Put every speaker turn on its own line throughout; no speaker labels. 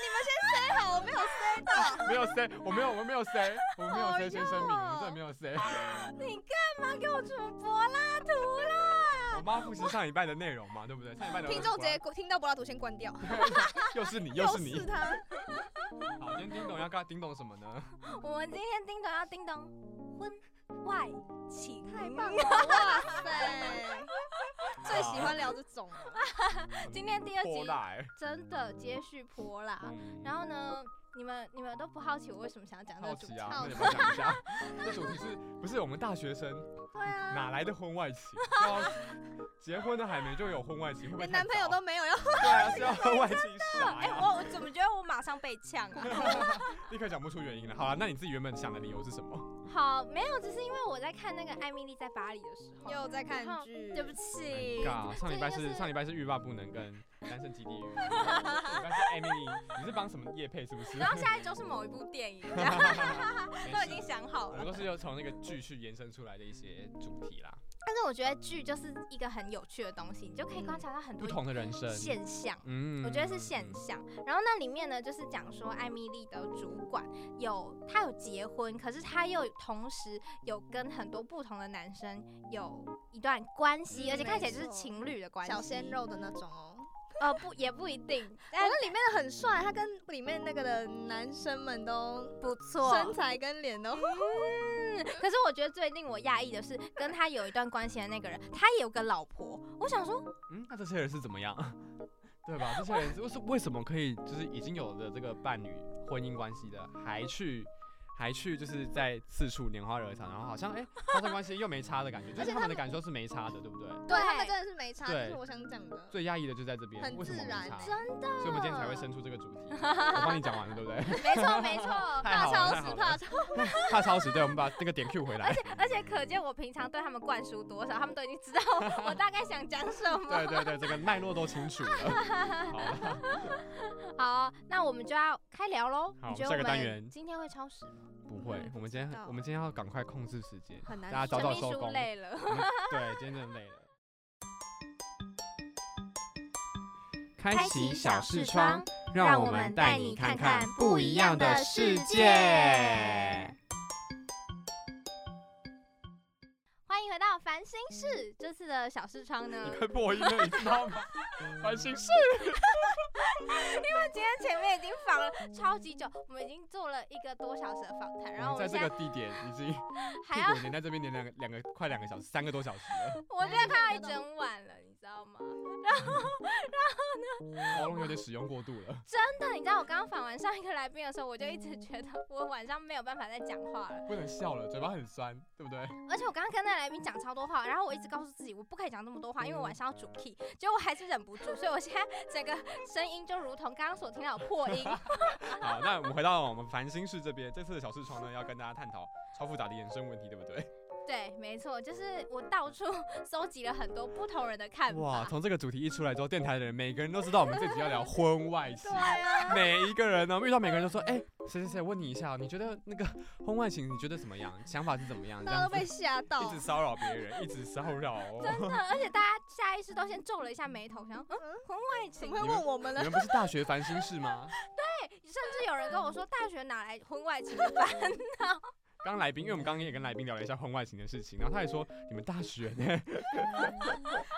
你们先 say 好，我没有 say 到。
没有 say，我没有，我没有 say，我们没有
好
say，先声明，
用
我们真的没有 say。
你干嘛给我主播拉图啦
我？妈复习上礼拜的内容嘛，对不对？上礼拜的
听众直接听到柏拉图先关掉，
又 是你，又是你。
他。
好，今天丁董要跟丁董什 么呢？
我们今天叮咚要叮咚婚外情，
太棒了，哇塞！最喜
啊
欢聊这种啊了，
今天第二集
波大哎，
真的接续泼啦。
嗯，
然后呢，你们你们都不好奇我为什么想要讲这
好
个主
奇
题？
啊，
好
那你们 讲一下，这主题是不是我们大学生
对啊，
哪来的婚 外情？要结婚的还没就有婚外情，会不会
连
太
男朋友
早
都没有，要
对啊，是要婚外情啥
哎、
呀？
我我怎么觉得我马上被呛啊？
立刻讲不出原因了。好了，啊那你自己原本想的理由是什么？
好，没有，只是因为我在看那个《艾米丽在巴黎》的时候，
又在看剧，
对不起，
尬，上礼拜
这就是
上礼拜是欲罢不能跟单身级地狱，上礼拜是 Emily，你是帮什么叶配是不 是？
然后下一周是某一部电影，这样都已
都
经想好
我们
了。
都是有从那个剧去延伸出来的一些主题啦，
但是我觉得剧就是一个很有趣的东西，你就可以观察到很
不
多
同的人生，
现象。
嗯
我觉得是现象。然后那里面呢，就是讲说艾米丽的主管有她有结婚，可是她又同时有跟很多不同的男生有一段关
嗯
系，而且看起来就
没
是
错
情侣的关系。
小鲜，肉的那种哦。
呃，不也不一 定，
我
但
那里面的很帅，他跟里面那个的男生们都
不错。
身材跟脸都，
可是我觉得最令我讶异的是，跟他有一段关系的那个人，他也有个老婆。我想 说，
嗯，那这些人是怎么样？ 对吧？这些人是为什为什么可以就是已经有的这个伴侣婚姻关系的，还去还去就是在四处拈花惹草，然后好像哎、发生关系又没差的感觉，就
而
是
且
他
他
们的
们
感受是没差的，对不对？
对他们真的是没差，就
对
是我想讲的。
最压抑的就在这边，
很
为什么
自
没
然
差？
真的，
所以我们今天才会生出这个主题。我帮你讲完了，对不对？
没错没错。
太好
超
了，太好
时
了
怕，超，
怕超时，对，我们把那个点 Q 回来
而。且而且，可见我平常对他们灌输多少，他们都已经知 道我大概想讲什么。
对对对，这个脉络都清楚了。好了，
好，那我们就要开聊喽。
好
你觉得
下
我
个单元
们今天会超时吗？
不会，我们今天
知道
我们今天要赶快控制时间，
很难
大家早
陈
早
秘
收
书
工。
累了，
我们 对，今天真的累了。开启小视窗，，让我们带你看看不一样的世界。。
欢迎回到烦心事，这次的小视窗呢，
快破音了，你知道 吗？烦心事。
今天前面已经访了超级久，我们已经做了一个多小时的访谈，然后
我
我们
们在
现在
这个地点已经
还
屁
要
股，黏在这边黏两个两个快两个小时，三个多小时 了，
我现在看到一整晚了，你知道吗？
喉咙有点使用过度了。
真的，你知道我刚刚访完上一个来宾的时候，我就一直觉得我晚上没有办法再讲话了，
不能笑了，嘴巴很酸，对不 对？
而且我刚刚跟那来宾讲超多话，然后我一直告诉自己我不可以讲这么多话，因为我晚上要主 key，结果我还是忍不住，所以我现在整个声音就如同刚刚所听到的破 音。
好，那我们回到我们烦心事这边，这次的小视窗呢，要跟大家探讨超复杂的衍生问题，对不对？
对，没错，就是我到处搜集了很多不同人的看
哇，
法。
从这个主题一出来之后，电台的人每个人都知道我们这集要聊婚外情
对。啊，
每一个人呢，遇到每个人都说，哎、谁谁谁，问你一下，你觉得那个婚外情，你觉得怎么样？想法是怎么样？这
大家
样
都
子
被吓到
一。直骚扰别人，一直骚扰 哦。
真的，而且大家下意识都先皱了一下眉头，想说嗯，婚外
怎
情
么，会问我们
你
呢？
们不是大学烦心事吗？
甚至有人跟我说大学哪来婚外情的烦 恼？
刚来宾，因为我们刚刚也跟来宾聊了一下婚外情的事情，然后他也说，你们大学呢？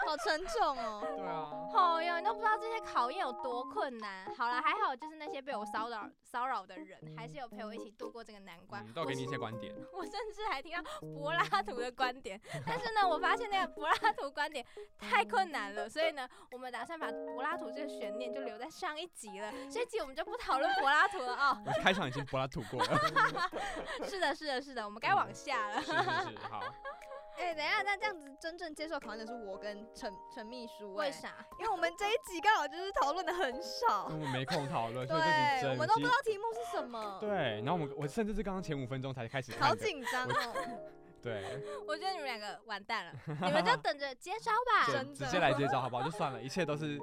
好沉重哦。
对啊，
哦哟，你都不知道这些考验有多困难。好了，还好就是那些被我骚扰骚扰的人，还是有陪我一起度过这个难关。
嗯，都给你一些观点。
我甚至还听到柏拉图的观点，但是呢，我发现那个柏拉图观点太困难了，所以呢，我们打算把柏拉图这个悬念就留在上一集了。这一集我们就不讨论柏拉图了哦。
我开场已经 柏拉图过了。
是的，是的，是的，我们该往下了。
是是是，好。
哎、等一下，那这样子真正接受考验的是我跟陈陈秘书、哎
为？啥？
因为我们这一集刚好就是讨论的很少
因，为我们没空讨论，
对
所以这集，
我
整
们都不
集
知道题目是什么，
对，然后我们我甚至是刚刚前五分钟才开始
好
看的，
紧张哦。
对，
我觉得你们两个完蛋了，你们就等着接招 吧。
对
真，
直
的
接来接招好不好？就算了，一切都是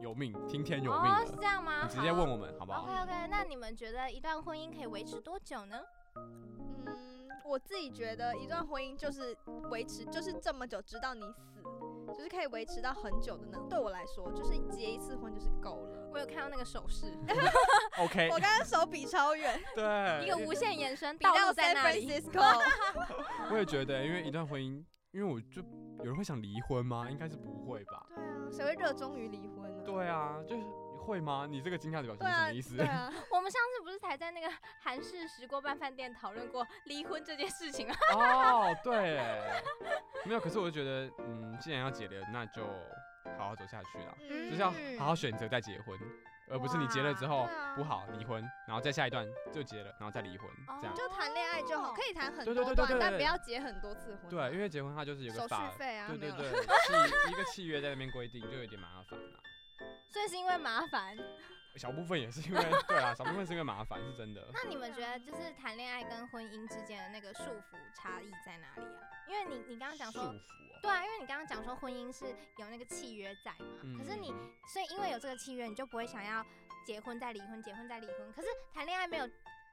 有命，听天由命
哦，是
的，
这样吗？
你直接问我们好不好？
OK OK，那你们觉得一段婚姻可以维持多久呢？
嗯，我自己觉得一段婚姻就是维持就是这么久，直到你死，就是可以维持到很久的那种。对我来说，就是结一次婚就是够了。
我有看到那个手势，
OK，
我刚刚手比超远，
对，
一个无限延伸，
比
道
到
路
San
在那里。 啊
Francisco。
我也觉得，因为一段婚姻，因为我就有人会想离婚吗？应该是不会吧？
对啊，谁会热衷于离婚呢？
对啊，就是你会吗？你这个惊讶的表
对
情是什
啊
么意，思？
对啊，
我们上次不是才在那个韩式石锅拌饭店讨论过离婚这件事情吗？
哦，对，没有。可是我就觉得，嗯，既然要结了，那就好好走下去啦，
嗯
就是要好好选择再结婚，而不是你结了之后
哇对啊
不好离婚，然后再下一段就结了，然后再离婚这样。
哦
就谈恋爱就好，可以谈很
对
多
对
段，
对对对
但
对
不要结很多次婚。
对，因为结婚它就是有
手
个
续
法，
费啊，
对
没
对
有
对，
了。
契一个契约在那边规定，就有点麻烦啦。
所以是因为麻烦。
小部分也是因为，对啊，小部分是因为麻烦，是真的。
那你们觉得就是谈恋爱跟婚姻之间的那个束缚差异在哪里啊？因为你你刚刚讲
束
说，
缚哦
对啊，因为你刚刚讲说婚姻是有那个契约在嘛，可是你
嗯
所以因为有这个契约，你就不会想要结婚再离婚，结婚再离婚。可是谈恋爱没有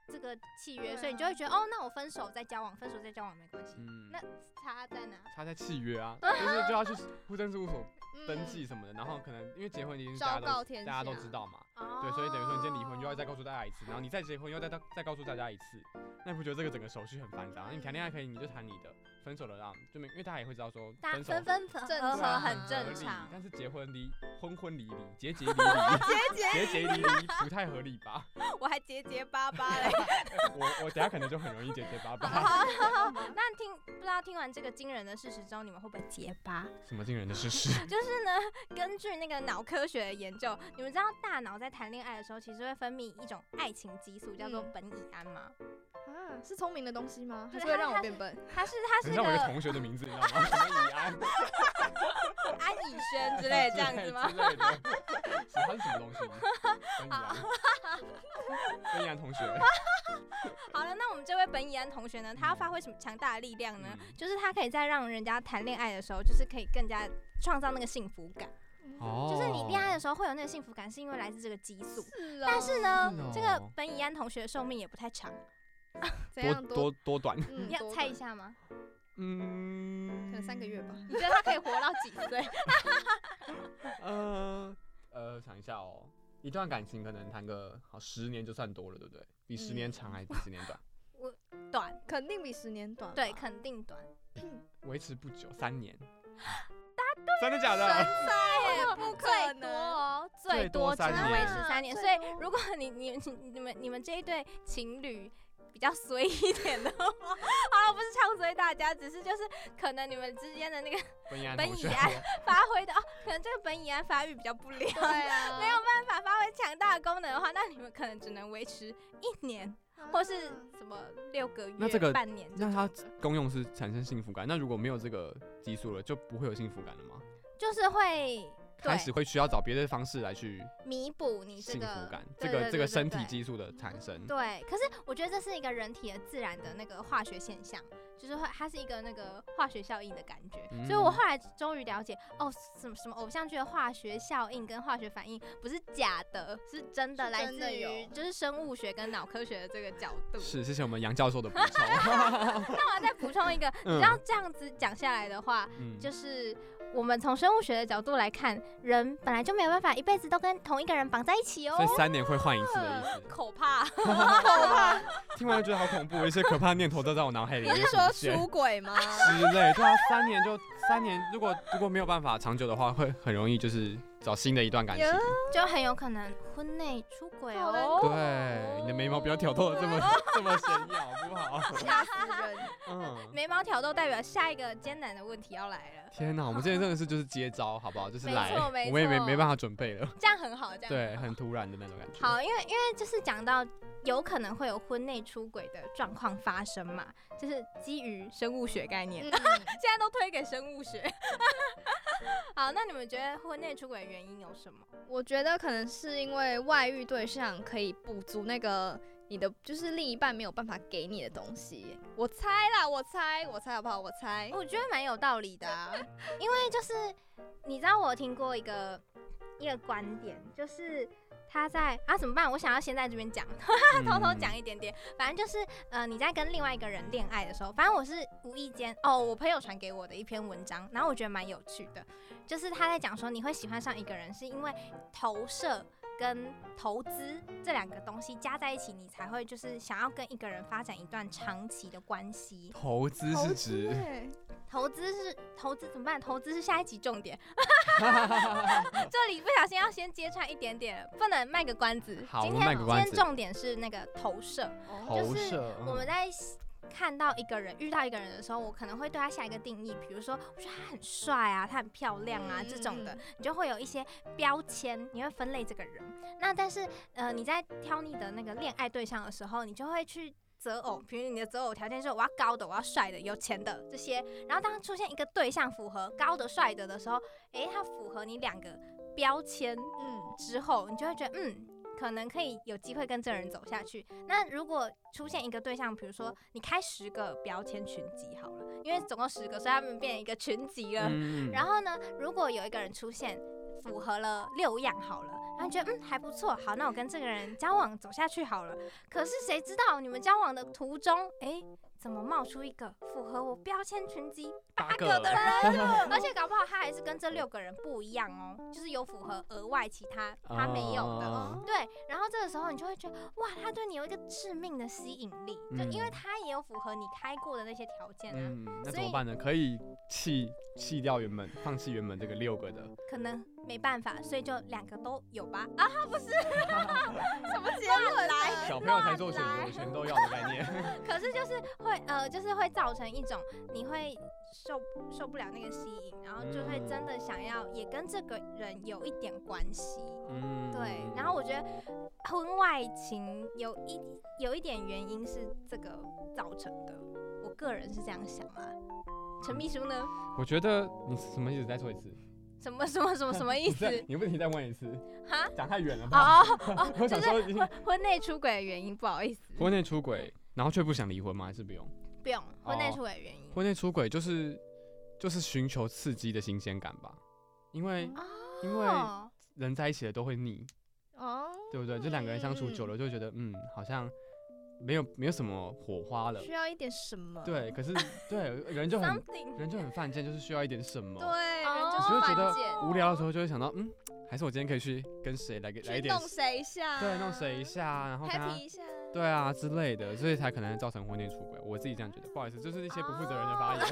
这个契约，
对啊
所以你就会觉得哦，那我分手再交往，分手再交往没关系。
嗯
那差在哪？
差在契约啊，就是就要去户政事务所
嗯
登 记什么的，然后可能因为结婚已经
昭
大
告
家都
天
大
下
家都知道嘛，
哦
对，所以等于说你今天离婚就要再告诉大家一次，然后你再结婚又再再再告诉大家一次，那你不觉得这个整个手续很繁杂？你谈恋爱可以你就谈你的，分手了让就没，因为大家也会知道说
大家
分手
分分合
正
合合
常
很
啊合
正
理
常。
但是结婚离婚婚离离，结结离离，结结离离不太合理 吧？
我还结结巴巴嘞。
我我等下可能就很容易结结
好
巴
好
巴。
啊
好，好 那听不知道听完这个惊人的事实之后，你们会不会结 巴？
什么惊人的事 实？
就是呢，根据那个脑科学的研究，你们知道大脑在谈恋爱的时候，其实会分泌一种爱情激素，叫做
嗯
苯乙胺吗？
啊，是聪明的东西吗？还
对
是会
它
让我
它
变笨？
它是它
很
是
像我一个
个
同学的名字，你 知道吗？什么以安
安以轩之类的这样子吗？
之类的，是他是什么东西？跟以安，跟以安同 学，
好了，那我们这位本乙安同学呢，他要发挥什么强大的力量呢？
嗯
就是他可以在让人家谈恋爱的时候，就是可以更加创造那个幸福感。
哦
就是你恋爱的时候会有那个幸福感，是因为来自这个激素。
是哦，
但是呢，
是哦
这个本乙安同学的寿命也不太长，
怎样
多多短，
嗯
你要
多
猜
短
一下吗？
嗯，
可能三个月吧。
你觉得他可以活到几岁？嗯
呃 呃，想一下哦，一段感情可能谈个好十年就算多了，对不对？比十年长还是比十年短？
短，
肯定比十年短吧。
对，肯定短。
维持不久，三年。真的假的？
神
哎
在耶，不可
最多
能。
哦，
最
最
多
多只
三
能维
年
持三年。
最
所以
多
如果你你你你们你们这一对情侣比较随一点的话， 好了，不是唱衰大家，只是就是可能你们之间的那个
本以安
本
同
以
学，
安发挥的哦，可能这个本乙胺发育比较不良，
对啊，
没有办法发挥强大的功能的话，那你们可能只能维持一年
啊
或是什么六个月、
那这个
半年这
那
种
它
的
功用是产生幸福感。那如果没有这个激素了，就不会有幸福感了吗？
就是会
开
对
始会需要找别的方式来去
弥补你这
幸
个
福感，这
对
个
对
这个
对对
身体
对
激素的产生。
对，可是我觉得这是一个人体的自然的那个化学现象，就是会它是一个那个化学效应的感觉。所以我
嗯
后来终于了解，哦，什么什么偶像剧的化学效应跟化学反应不是假的，是真的，
是
来
真的
自于
有
就是生物学跟脑科学的这个角 度。
是，谢谢我们杨教授的补充。
那我要再补充一个，你
嗯
知道这样子讲下来的话，
嗯
就是我们从生物学的角度来看，人本来就没有办法一辈子都跟同一个人绑在一起哦
所以。三年会换一次的意思。
可 怕，
听完就觉得好恐怖，一些可怕的念头都在我脑海 里
你
面
是
浮
说
现
出轨吗？
之类。对啊，三年就三年，如果如果没有办法长久的话，会很容易就是找新的一段感情。
呀
就很有可能婚内出轨
好难
哦。
对，你的眉毛不要挑逗的
啊
这么这么显眼，好不好？
吓死人！
嗯，
眉毛挑逗代表下一个艰难的问题要来了。
天哪，我们今天真的是就是接招，好不好？就是
没
来
错没，
我也没
错
没办法准备了，
这样很好，这样
对，
好
很突然的那种感觉。
好，因为因为就是讲到有可能会有婚内出轨的状况发生嘛，就是基于生物学概念，
嗯
现在都推给生物学。 好，那你们觉得婚内出轨的原因有什么？
我觉得可能是因为外遇对象可以补足那个你的，就是另一半没有办法给你的东西。我猜啦，我猜，我猜好不好？我猜。
哦
我觉得蛮有道理的、啊，因为就是你知道我有听过一个一个观点，就是他在啊怎么办？我想要先在这边讲，偷
嗯
偷讲一点点，反正就是呃你在跟另外一个人恋爱的时候，反正我是无意间哦，我朋友传给我的一篇文章，然后我觉得蛮有趣的，就是他在讲说你会喜欢上一个人是因为投射。跟投资这两个东西加在一起，你才会就是想要跟一个人发展一段长期的关系。
投资
投
是
资
指，
欸
投资是投资怎么办？投资是下一集重 点。这里不小心要先揭穿一点点了，不能卖个关子。
好
今
我
天
们卖个关子嗯
今天重点是那个投射，
哦
投
就是
射，
我们在。看到一个人，遇到一个人的时候，我可能会对他下一个定义，比如说，我觉得他很帅啊，他很漂亮啊、
嗯
这种的，，你就会有一些标签，你会分类这个人。那但是呃，你在挑你的那个恋爱对象的时候，你就会去择偶，比如你的择偶条件是我要高的，我要帅的，有钱的这些。然后当出现一个对象符合高的、帅的的时候，诶，他符合你两个标签
嗯
之后，你就会觉得嗯。可能可以有机会跟这个人走下去。那如果出现一个对象，比如说你开十个标签群集好了，因为总共十个，所以他们变成一个群集了。
嗯
然后呢，如果有一个人出现符合了六样好了，然后你觉得嗯还不错，好，那我跟这个人交往走下去好了。可是谁知道你们交往的途中，哎，怎么冒出一个符合我标签群集
八
八个的人？而且搞不好他还是跟这六个人不一样哦，就是有符合额外其他他没有的。
哦
对，然后这个时候你就会觉得，哇，他对你有一个致命的吸引力，就因为
嗯
他也有符合你开过的那些条件啊，
嗯，那怎
所以
么办呢？可以弃弃掉原本，放弃原本这个六个的，
可能没办法，所以就两个都有吧。啊，
什么结论来？
小朋友才
乱
做选择，
来
我全都要的概念。
可是就是会呃，就是会造成一种你会受受不了那个吸引，然后就会真的想要也跟这个人有一点关系。
嗯，
对，然后我觉得婚外情有一有一点原因是这个造成的，我个人是这样想啦。陈秘书呢？
我觉得你什么意思？再说一次，
什么什么什么什 么意思？
你再你问题再问一次，
哈？
讲太远了吧？
哦，
我想说已经
婚内出轨的原因，不好意思，
婚内出轨，然后却不想离婚吗？还是不用？
不用婚内
哦
出轨的原因。
婚内出轨就是就是寻求刺激的新鲜感吧，因为因为
哦，
人在一起了都会腻，
哦，
对不对？就两个人相处久了就觉得，嗯，好像没有没有什么火花了。
需要一点什么？
对， 可是对人就很
something
人就很犯贱，就是需要一点什么。
对，人就
哦
是
你就觉
犯
得
贱，
无聊的时候就会想到，嗯，还是我今天可以去跟谁来个来一
去
点，
弄谁一
呃
下，
对，弄谁一下，然后跟他
，happy 一下。
对啊之类的，所以才可能造成婚内出轨。我自己这样觉得，不好意思，就是一些不负责任的
哦
发言。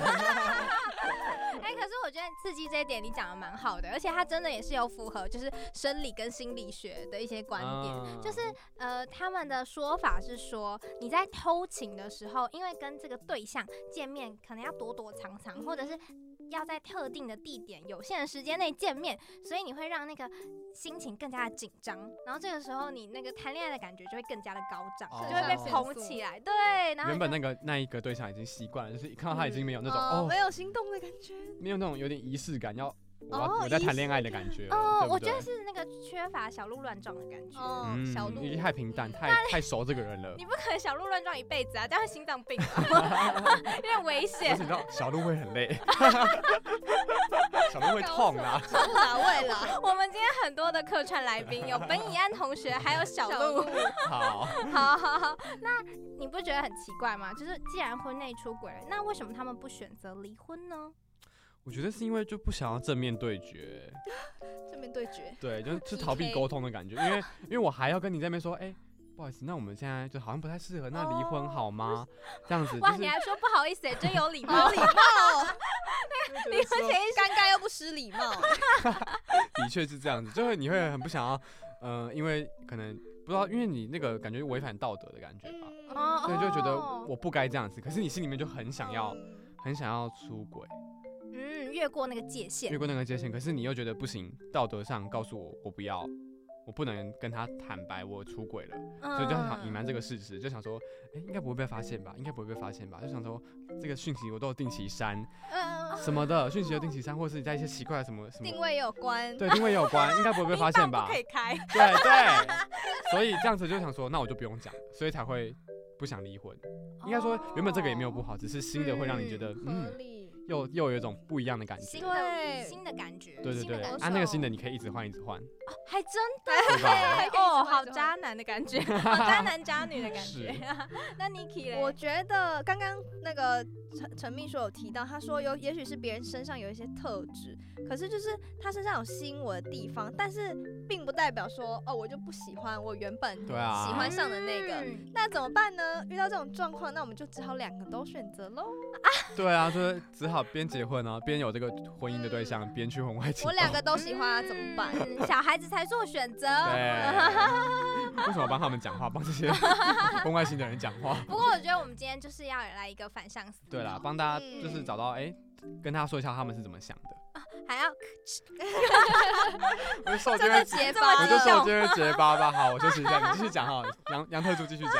哎、可是我觉得刺激这一点你讲的蛮好的，而且它真的也是有符合就是生理跟心理学的一些观点。
啊
就是呃，他们的说法是说，你在偷情的时候，因为跟这个对象见面，可能要躲躲藏藏，或者是要在特定的地点、有限的时间内见面，所以你会让那个心情更加的紧张，然后这个时候你那个谈恋爱的感觉就会更加的高涨，
哦
就会被
肾上腺
捧
素
起来。对，然后
原
你
本
就
那个那一个对象已经习惯了，就是一看到他已经没有那种、
哦，
哦，
嗯
没有心动的感觉。
没有那种有点仪式感，要我要、
哦
我在
仪
谈
式
恋爱的感觉了，
哦
对，不
我觉
对
得？是那个缺乏小鹿乱撞的感觉。
哦，小鹿
嗯，已经太平淡，
嗯
太太熟这个人了
你。不可能小鹿乱撞一辈子啊，这样会心脏病 吧，有点危
而
险
且。你知道，小鹿会 很累，小鹿会痛啊啦。
小鹿哪位啦？
我们今天很多的客串来宾有本以安同学，还有小
小
鹿
鹿。
好，
好好好，那你不觉得很奇怪吗？就是既然婚内出轨了，那为什么他们不选择离婚呢？
我觉得是因为就不想要正面对决，
正面对 决，
对，就是是逃避沟通的感觉，因为因为我还要跟你在那边说，哎、不好意思，那我们现在就好像不太适合，那离婚好吗？这样子就
哦哇，
是
你还说不好意 思、欸，真有礼貌。
貌，
就
离
是
婚
说
前一
尴尬又不失礼貌。
的确是这样子，就是你会很不想要，呃，因为可能不知道，因为你那个感觉违反道德的感觉吧，
嗯
哦
所以就觉得
哦
我不该这样子，可是你心里面就很想要，
嗯
很想要出轨，
嗯，因越过那个界限
越。过那个界限，可是你又觉得不行，道德上告诉我我不要，我不能跟他坦白我出轨了，
嗯
所以就想隐瞒这个事实，就想说，哎、应该不会被发现吧，应该不会被发现吧，就想说这个讯息我都有定期删
嗯
什么的，讯息有定期删，或是你在一些奇怪的什么什
定
么，
位也有关，
对定位也有关，应该不会被发 现吧，
以开。
对对，所以这样子就想说，那我就不用讲，所以才会不想离婚。应该说原本这个也没有不好，只是新的会让你觉得，
合
嗯，
理。
又又有一种不一样的感
新
觉。
的
对
哦新的感觉，
对对
新的
对，
感
啊
受，
那个新的你可以一直换一 直换，
还真
对吧？
可以
哎哦，
一直换
好
一直换
渣男的感 觉，好渣男渣女的感
是
觉。 那 Niki 嘞？
我觉得刚刚那个陈陈秘书有提到，他说有也许是别人身上有一些特质，可是就是他身上有吸引我的地方，但是并不代表说哦我就不喜欢我原本
对啊，
喜欢上的那个
嗯
那怎么办呢？遇到这种状况，那我们就只好两个都选择 喽。
对啊，就是只好边结婚啊，边有这个婚姻的对象，边去婚外情。
我两个都喜欢啊，怎么办？
嗯小孩子才做选择。
对，
哦
为什么帮他们讲话，帮这 些婚外情的人讲话？
不过我觉得我们今天就是要来一个反向思考，
对
嗯
啦，帮大家就是找到哎、跟他说一下他们是怎么想的。
还要
我就受
真
今
的
天，
结
我
巴
就受
了，
今天结巴吧。好，我休息一下，你继续 讲哈。杨杨特助继续讲。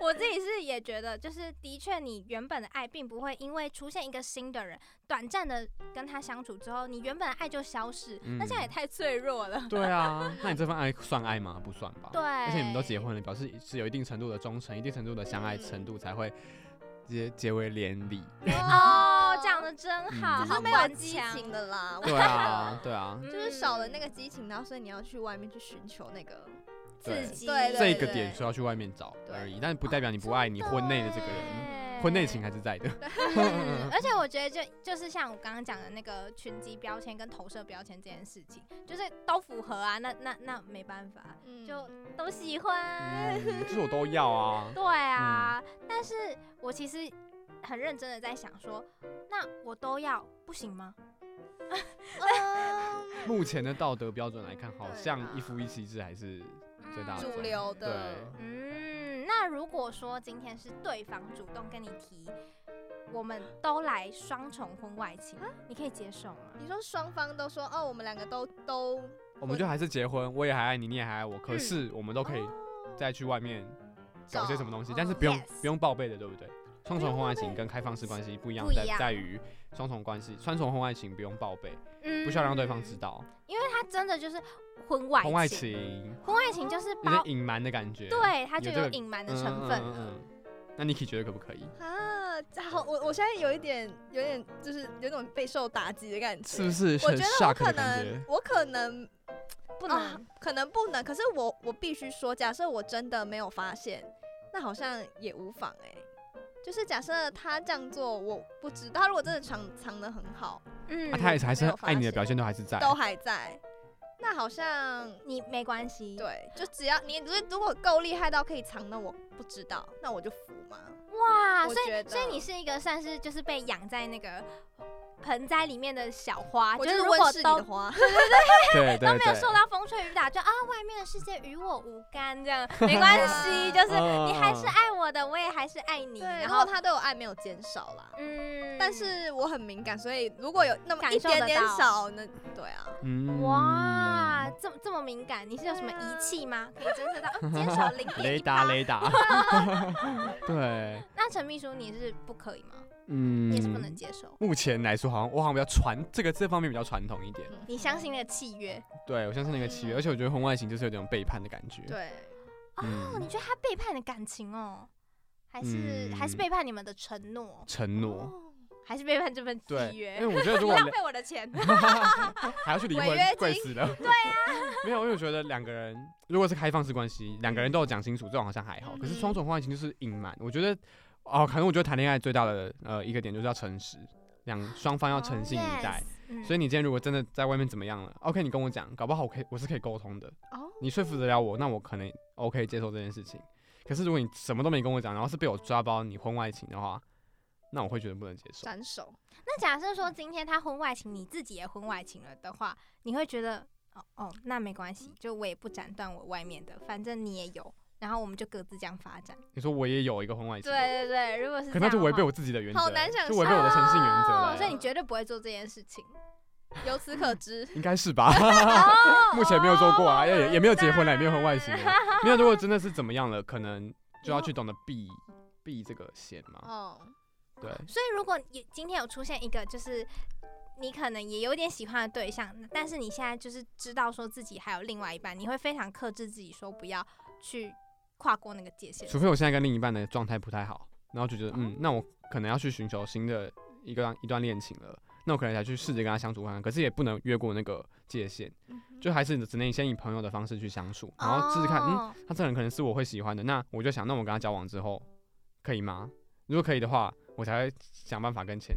我自己是也觉得，就是的确，你原本的爱并不会因为出现一个新的人，短暂的跟他相处之后，你原本的爱就消失，
嗯
那这样也太脆弱了。
对啊，那你这份爱算爱吗？不算吧。
对，
而且你们都结婚了，表示是有一定程度的忠诚，一定程度的相爱程度才会结结为连 理。
哦，讲的真好，
嗯
只
好
是没有
官
激
腔
情的啦。我
对啊，对啊，
就是少了那
个
个激情，然后所以你要去外面去寻求那个。
刺激，
对对
这
对
一个点是要去外面找
对
而已，但不代表你不爱你婚内的这个人，
人
婚内情还是在的。
嗯而且我觉得就就是像我刚刚讲的那个群集标签跟投射标签这件事情，就是都符合啊，那那那没办法，
嗯
就都喜欢。
嗯，就是我都要啊。
对啊，但是我其实很认真的在想说，那我都要不行吗？
目前的道德标准来看，好
对啦
像一夫一妻制还是最大的
主流的
对。
嗯，那如果说今天是对方主动跟你提，我们都来双重婚外情，你可以接受吗？
你说双方都说哦，我们两个都都
我们就还是结婚，我也还爱你，你也还爱我，可是我们都
哦
可以再去外面找些什么东西，但是不用
Yes
不用报备的，对不对？双重婚外情跟开放式关系不一样，在
不一样
在于双重关系，双重婚外情不用报备，
嗯
不需要让对方知，道。
因为他真的就是婚嗯外
婚外
情，
情
婚外情就是
有
包
点隐瞒的感觉。
对，它就
有这
有
个
隐瞒的
嗯
成分
嗯
了。
嗯嗯那 Niki 觉得可不可以？
啊，好，我我现在有一点有点就是有种备受打击的感觉，
是不？是
我
很
觉得我
shock
可
的感觉
能？我可能
嗯
不
啊可能不能，可是我我必须说，假设我真的没有发现，那好像也无妨哎、就是假设他这样做，我不知道。他如果真的藏藏的很好，
嗯，
啊，他也是还是
没有发
爱你的
现
表现都还是在，
都还在，那好像
你没关系。，
对，就只要你如如果够厉害到可以藏到我不知道，那我就服嘛。
哇，
我
啊所
觉
以
得
所以你是一个算是就是被养在那个盆栽里面的小花，
我
啊就是
是
如
温
果
室里
都
的 花，
对对
都没有受
对，
到风吹雨打，就啊外面的世界与我无干，这 样没关系，就是你还是
嗯
爱我的，我也还是爱你。
对，然
然
后
后
他对我爱没有减少啦。
嗯，
但是我很敏感，所以如果有那么
感
一
受得
点点
到
少，那对啊，
嗯
哇，这么这么敏感，你是有什么仪器吗？可以侦测到哦，坚 守零点
啊嗯雷达 雷达，对，
那陈秘书你是不可以吗？
嗯，
你也是不能接受。
目前来说，好像我好像比较传这个这方面比较传统一点。
嗯
你相信那个契约
对我相信那个契约，而且我觉得婚外情就是有点背叛的感觉。，
对，
哦？你
嗯，
觉得他背叛你的感情哦，还是、还是
嗯
背叛你们的承诺，
承诺。
还是背叛这份
对，
哦契
因
约？
为我觉得
你
如果
浪费我的 钱，
还要去离婚
违约，金
贵死了。对啊，没有，因为我觉得两个人如果是开放式关系，两个人都有讲清楚，这种好像还好。可是
嗯
双重婚外情就是隐瞒，我觉得哦，可能我觉得谈恋爱最大的呃一个点就是要诚实，两双方要诚信以
Oh,
待。所以
以
你今天如果真的在外面怎么样了，OK，你跟我讲，搞不好我可以我是可以沟通的。
哦
你说服得了我，那我可能 OK 接受这件事情。可是如果你什么都没跟我讲，然后是被我抓包你婚外情的话，那我会觉得不能接受。
斩首。
那假设说今天他婚外情，你自己也婚外情了的话，你会觉得哦哦，那没关系，就我也不斩断我外面的，反正你也有，然后我们就各自这样发展。
你说我也有一个婚外情，
对，对对，如果是
可
这
那
样
就
的
违背
话
我自己的原则，
好难想
就违背我的诚信原则了
哦，所以你绝对不会做这件事 情。
由此可知，
应该是吧？
哦
目前没有做过啊，也也没有结婚了，也没有婚
很
外情啊。没有，如果真的是怎么样了，可能就要去懂得避避这个险嘛。
哦，
对，
所以如果也今天有出现一个就是。你可能也有点喜欢的对象，但是你现在就是知道说自己还有另外一半，你会非常克制自己，说不要去跨过那个界限。
除非我现在跟另一半的状态不太好，然后就觉得嗯，那我可能要去寻求新的一个一段恋情了。那我可能才去试着跟他相处看看，可是也不能越过那个界限，
嗯
就还是只能先以朋友的方式去相处，然后试试看，嗯，
哦
他这个人可能是我会喜欢的，那我就想，那我跟他交往之后可以吗？如果可以的话，我才会想办法跟前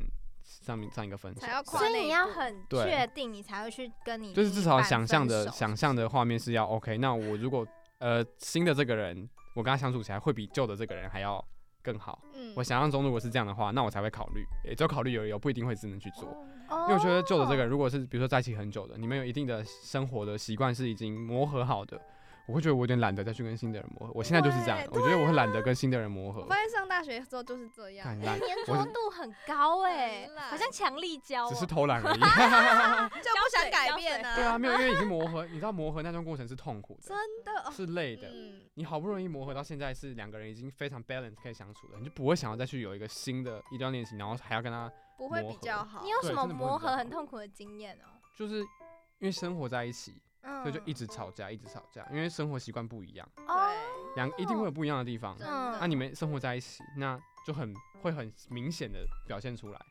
上面上一个分手
才要，跨
所以
那
你
一
要
步
很
对
确定，你才会去跟你
就是
另
至
一
少
半
想象
分
的
手
想象的画面是要 OK。那我如果呃新的这个人，我跟他相处起来会比旧的这个人还要更好。
嗯
我想象中如果是这样的话，那我才会考虑，也只有考虑有有，不一定会真的去
嗯
做。
哦
因为我觉得旧的
哦
这个人，如果是比如说在一起很久的，你们有一定的生活的习惯是已经磨合好的，我会觉得我有点懒得再去跟新的人磨合。我现在就是这样
对，啊
我觉得我会懒得跟新的人磨合
我，发现上大学之后就是这样，
很
哎
懒，
粘
我
着
是
度很高哎、
很烂
好像强力胶、哦。
只是偷懒 而已。
就不想改变
对
啊，
啊，没有，因为已经磨合，你知道磨合那段过程是痛苦的，
真的哦，
是累的。
嗯，
你好不容易磨合到现在是两个人已经非常 balance 可以相处了，你就不会想要再去有一个新的一段恋情，然后还要跟他
不会
磨
比
合
较好
你。有
对
什么
真的不会
磨
比较
合很
好
痛苦的经验哦？
就是因为生活在一起，
嗯，
所以就一直吵架，一直吵架，因为生活习惯不一样，
哦，
对，
两一定会有不一样的地方。
真
嗯
那、
的，
啊你们生活在一起，那就很会很明显的表现出来，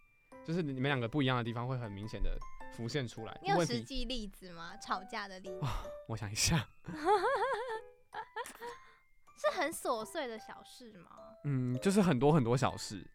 就是你们两个不一样的地方会很明显的浮现出来。
你有
问
实
题，
际例子吗？吵架的
哦
例子
我想一下，
是很琐碎的小事吗？
嗯，就是很多很多小事，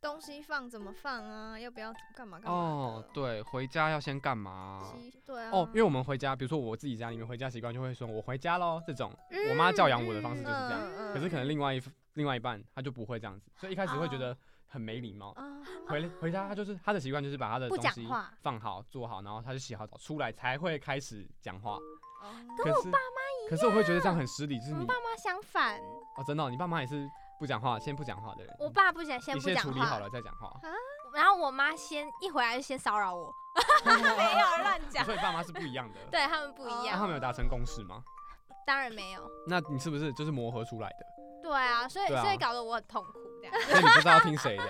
东西放怎么放啊？要不要干嘛
嗯
干嘛？
哦，，对，回家要先干嘛？
西对啊，
哦，因为我们回家，比如说我自己家里面回家习惯就会说我回家喽，这种
嗯
我妈教养我的方式就是这样。
嗯
可是可能另外一另外一半他就不会这样子，所以一开始会觉得很没礼貌。
啊，
回回家他就是他的习惯就是把他的
不
东
讲
西
话
放好做好，然后他就洗好澡出来才会开始讲话。
哦
可是可是我会觉得这样很失礼，就
我
是你
们爸妈相反，
哦，真的哦、你爸妈也是不讲话，先不讲话的人。
我爸不想先
一
不
切
讲
处理好
话，
了再讲 话，
然后我妈先一回来就先骚扰我，没有乱讲，
所以爸妈是不一样的。
对他们不一
那
样，
他们有达成共识吗？
当然没有。
那你是不是就是磨合出来的？
对啊，所以
对啊
所以搞得我很痛苦，这样
所以你不知道要听谁的。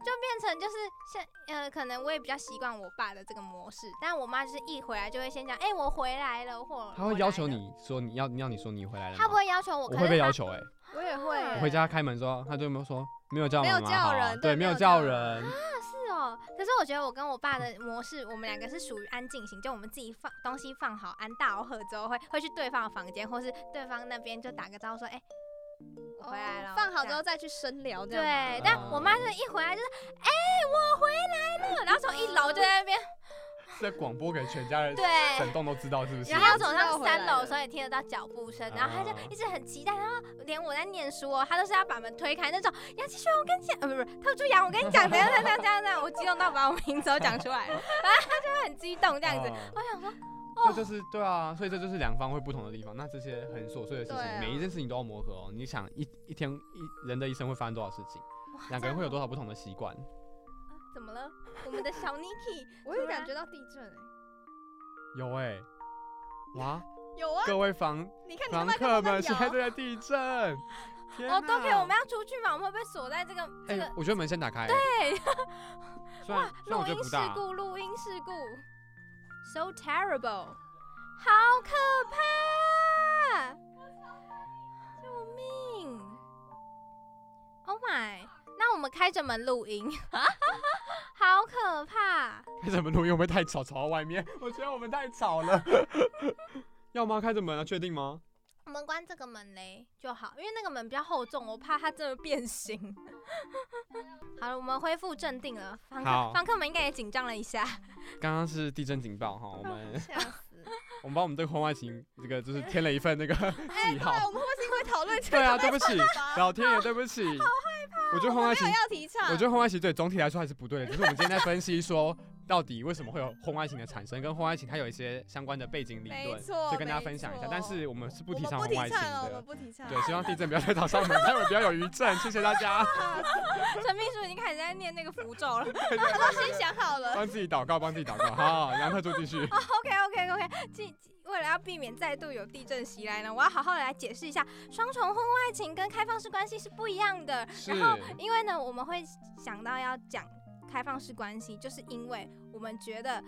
就变成就是现呃，可能我也比较习惯我爸的这个模式，但我妈就是一回来就会先讲，哎、我回来了，或
他
我
会
来
要求
了，
你说你要你要你说你回来了吗？
他不会要求我，
我
可
会
是
被
他
要求哎、
我也会
我
我回家开门说，他对我们说没有叫
没有
妈妈
叫
好
人
啊
对
对，没
没
有
有
叫
叫
人，
是哦，可是我觉得我跟我爸的模式，我们两个是属于安静型，就我们自己放东西放好，安大盒之后会会去对方的房间，或是对方那边就打个招呼说，哎、我回来了，
哦放好之
这样
后。再去深聊，这
对
样吗，
但我妈就是一回来就是，哎、我回来了，然后从一楼就在那边，
在广播给全家人，
对，
整栋都知道是不是？
然后他
知道
走上
回来
三楼的
了
时候也听得到脚步声，然后他
啊
就一直很期待，然后连我在念书哦，他都是要把门推开那种。杨继轩，我跟你讲，呃，不是，他就杨，我跟你 讲，怎样怎样怎样怎样，我激动到把我名字都讲出来了，然后他就会很激动这样子。
哦
我想说，
这就是对啊，所以这就是两方会不同的地方。那这些很琐碎的事
对啊
情，每一件事情都要磨合哦。你想一一天一人的一生会发生多少事情？
哇
两个人会有多少不同的习惯？
怎么了？我们的小 Niki，
我也感觉到地震欸，
有哎、哇，
有啊，
各位房
你看你的
房
麦
客
克
们
风
现在
在
都
摇，
在 地震。
哦，都可以，我
们
们要出去嘛，我们会被锁在这个这
啊哎、
个
我觉得门先打开、对，虽然虽然我
录
觉得
音
不
事
大，
故，录音事故，so terrible，好可怕，救命！Oh my，那我们开着门录音， 好可怕！
开着门录音会不会太吵？吵到外面，我觉得我们太吵了。 要吗？开着门啊？确定吗？
我们关这个门嘞就好，因为那个门比较厚重，我怕它真的变形。 好了，我们恢复镇定了。房
好
客房客们应该也紧张了一下。
刚刚是地震警报哈，我 们
吓 死！
我们帮我们这个婚外情这个就是添了一份那个记 号。
哎，我们会不会是因为讨论这
对
个
啊，对不起，老天爷，对不起。我觉得婚外
没
情
有，要提倡？
我觉得婚外情对总体来说还是不对的，只是我们今天在分析说到底为什么会有婚外情的产生，跟婚外情它有一些相关的背景理
没
论，
错
就跟大家
没
分享一下
错。
但是我们是不
我
提
们
倡
不
婚
提
外情
倡哦，我们
的，
不提倡。
对，希望地震不要再找上门，待会儿不要有余震，谢谢大家，
陈秘书已经开始在念那个符咒 了。
他都先想好了。
帮自己祷告，帮自己祷告，好，杨特助 继续。
OK OK OK，记为了要避免再度有地震袭来呢，我要好好的来解释一下，双重婚外情跟开放式关系是不一样的。
是
然后，因为呢，我们会想到要讲开放式关系，就是因为我们觉得。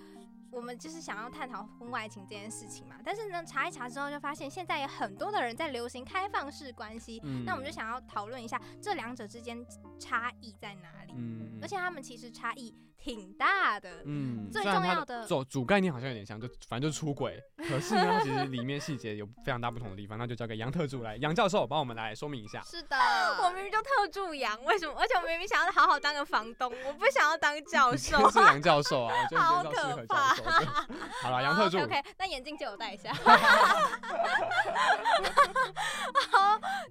我们就是想要探讨婚外情这件事情嘛，但是呢，查一查之后就发现，现在也很多的人在流行开放式关系，
嗯
那我们就想要讨论一下这两者之间差异在哪里，
嗯
而且他们其实差异挺大的。
嗯，
最
虽然
重
它
要的
主主概念好像有点像，就反正就是出轨。可是呢，它其实里面细节有非常大不同的地方，那就交给杨特助来，杨教授帮我们来说明一下。
是的，
我明明就特助养，为什么？而且我明明想要好好当个房东，我不想要当教授。
嗯 是杨教 授啊，我觉得
好
你介绍适
可
合教 授。对好了，杨特助
o k 那眼镜借我戴一下。 好，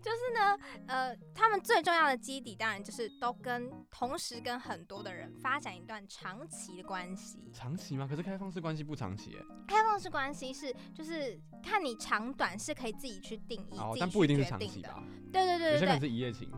就是呢，呃，他们最重要的基底当然就是都跟同时跟很多的人发展一段长期的关系。
长期吗？可是开放式关系不长期耶，
开放式关系是就是看你长短是可以自己去定义，
哦
自，己
但不一定
去
是
决
长
定
期
的。
吧？
对对
有
对
些可
对
能
对，
是一夜情，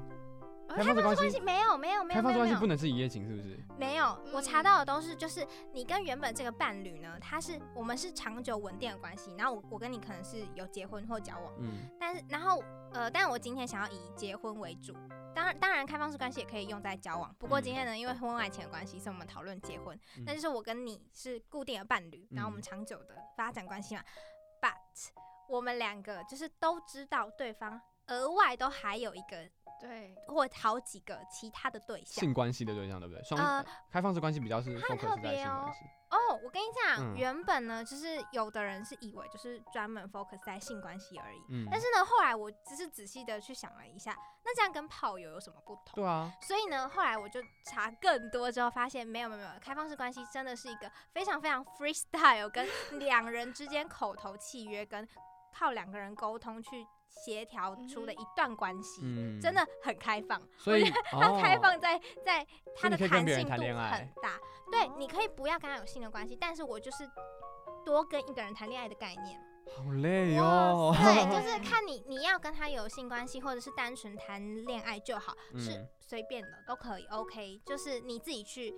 呃
开放式关系
关系没有没有没有
开放
没有没
式关系
有
不能是一夜情，是不是？
没有，我查
嗯
到的都是就是你跟原本这个伴侣呢，他是我们是长久稳定的关系，然后我我跟你可能是有结婚或交往，
嗯，
但是然后呃，但我今天想要以结婚为主，当然当然开放式关系也可以用在交往，不过
嗯
今天呢，因为婚外情的关系，所以我们讨论结婚，
嗯
那就是我跟你是固定的伴侣，然后我们
嗯
长久的发展关系嘛，but 我们两个就是都知道对方额外都还有一个
对，
或好几个其他的对象。
性关系的对象对不对？双、
呃
开放式关系比较是
很
focus
特
在
别
性
哦
关系，
哦，我跟你讲，
嗯
原本呢，就是有的人是以为就是专门 focus 在性关系而已，
嗯，
但是呢，后来我只是仔细的去想了一下，那这样跟炮友有什么不同？
对啊，
所以呢，后来我就查更多之后，发现没有没有没有，开放式关系真的是一个非常非常 freestyle，跟 两人之间口头契约，跟靠两个人沟通去协调出的一段关系，
嗯，
真，的很开放。
所以
它
哦
开放在在它的
所以你可以
弹
跟别
性
人
度
谈
很
恋爱
大。对，你可以不要跟他有性的关系，但是我就是多跟一个人谈恋爱的概 念。
好累
哇
哦。
对，就是看你你要跟他有性关系，或者是单纯谈恋爱就好，是
嗯
随便的都可以，OK，就是你自己去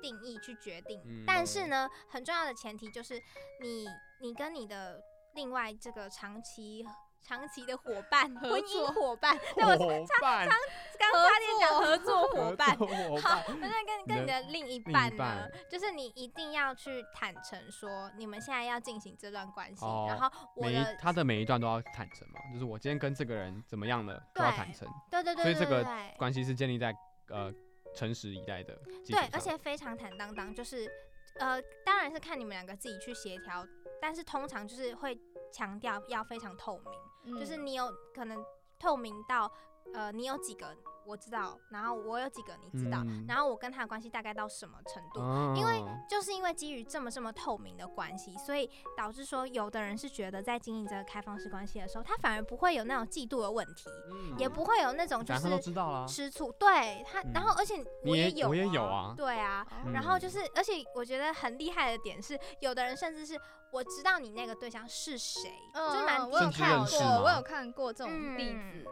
定义去决定。
嗯
但是呢，很重要的前提就是你你跟你的另外这个长期。长期的伙伴，
合
婚姻
作
伙 伴，对我
伙伴，
刚刚差点讲合作伙
合
伴，
作伙
好
伴，，
那跟跟你
你
的另一
另一
半呢
半，
就是你一定要去坦诚说，你们现在要进行这段关系，
哦
然后我
每一
的
他的每一段都要坦诚嘛，就是我今天跟这个人怎么样了，都要
对
坦诚，
对对对
所
对
以
对
这个
对
关系是建立在呃诚实以待的基础
对
上，
而且非常坦荡荡，就是呃，当然是看你们两个自己去协调，但是通常就是会强调要非常透明，
嗯
就是你有可能透明到呃，你有几个我知道，然后我有几个你知道，
嗯
然后我跟他的关系大概到什么程度，因为
哦
就是因为基于这么这么透明的关系，所以导致说有的人是觉得在经营这个开放式关系的时候，他反而不会有那种嫉妒的问题，
嗯
也不会有那种就
反正他都
是
知道啦，
吃醋。对他，然
嗯
后而且我
你也
有、
我也有
啊
啊，
对啊。
哦
然后就是，而且我觉得很厉害的点是，有的人甚至是我知道你那个对象是谁，
嗯，
就蛮
嗯我有
甚至
看
认识
过，
吗
我有看过这种例
嗯
子，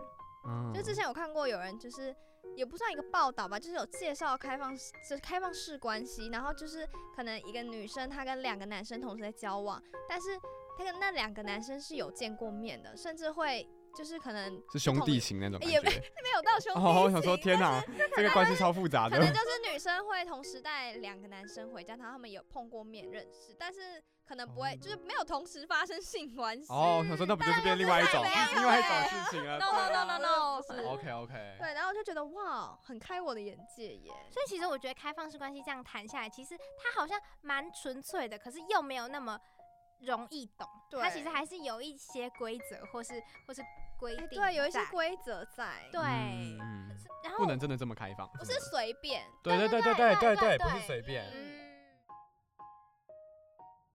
嗯
就之前有看过有人就是。也不算一个报道吧，就是有介绍开放式，就是开放式关系，然后就是可能一个女生她跟两个男生同时在交往，但是她跟那两个男生是有见过面的，甚至会就是可能
是兄弟
情，
情那种感
也没
觉。
没有到兄弟情，
哦，我想说，天
但
哪，这个关系超复杂
可能
的。
就是女生会同时带两个男生回家，然后他们有碰过面认识，但是可能不会，
哦
就是没有同时发生性关系。
哦，我想说，那不就是变另外一种
没
嗯
有
另外一
欸
种事情
No
了。
no no no no，
对
是
啊哦 OK OK，
对，然后我就觉得哇，很开我的眼界耶。
所以其实我觉得开放式关系这样谈下来，其实它好像蛮纯粹的，可是又没有那么容易懂。它其实
对
还是有一些规则或是或是规
哎，
定在、
对，有一些规则在，
对。
嗯嗯嗯
然后
不能真的这么开放。
不是随便。
对
对
对
对
对
对对对
对不是
对
随便。
嗯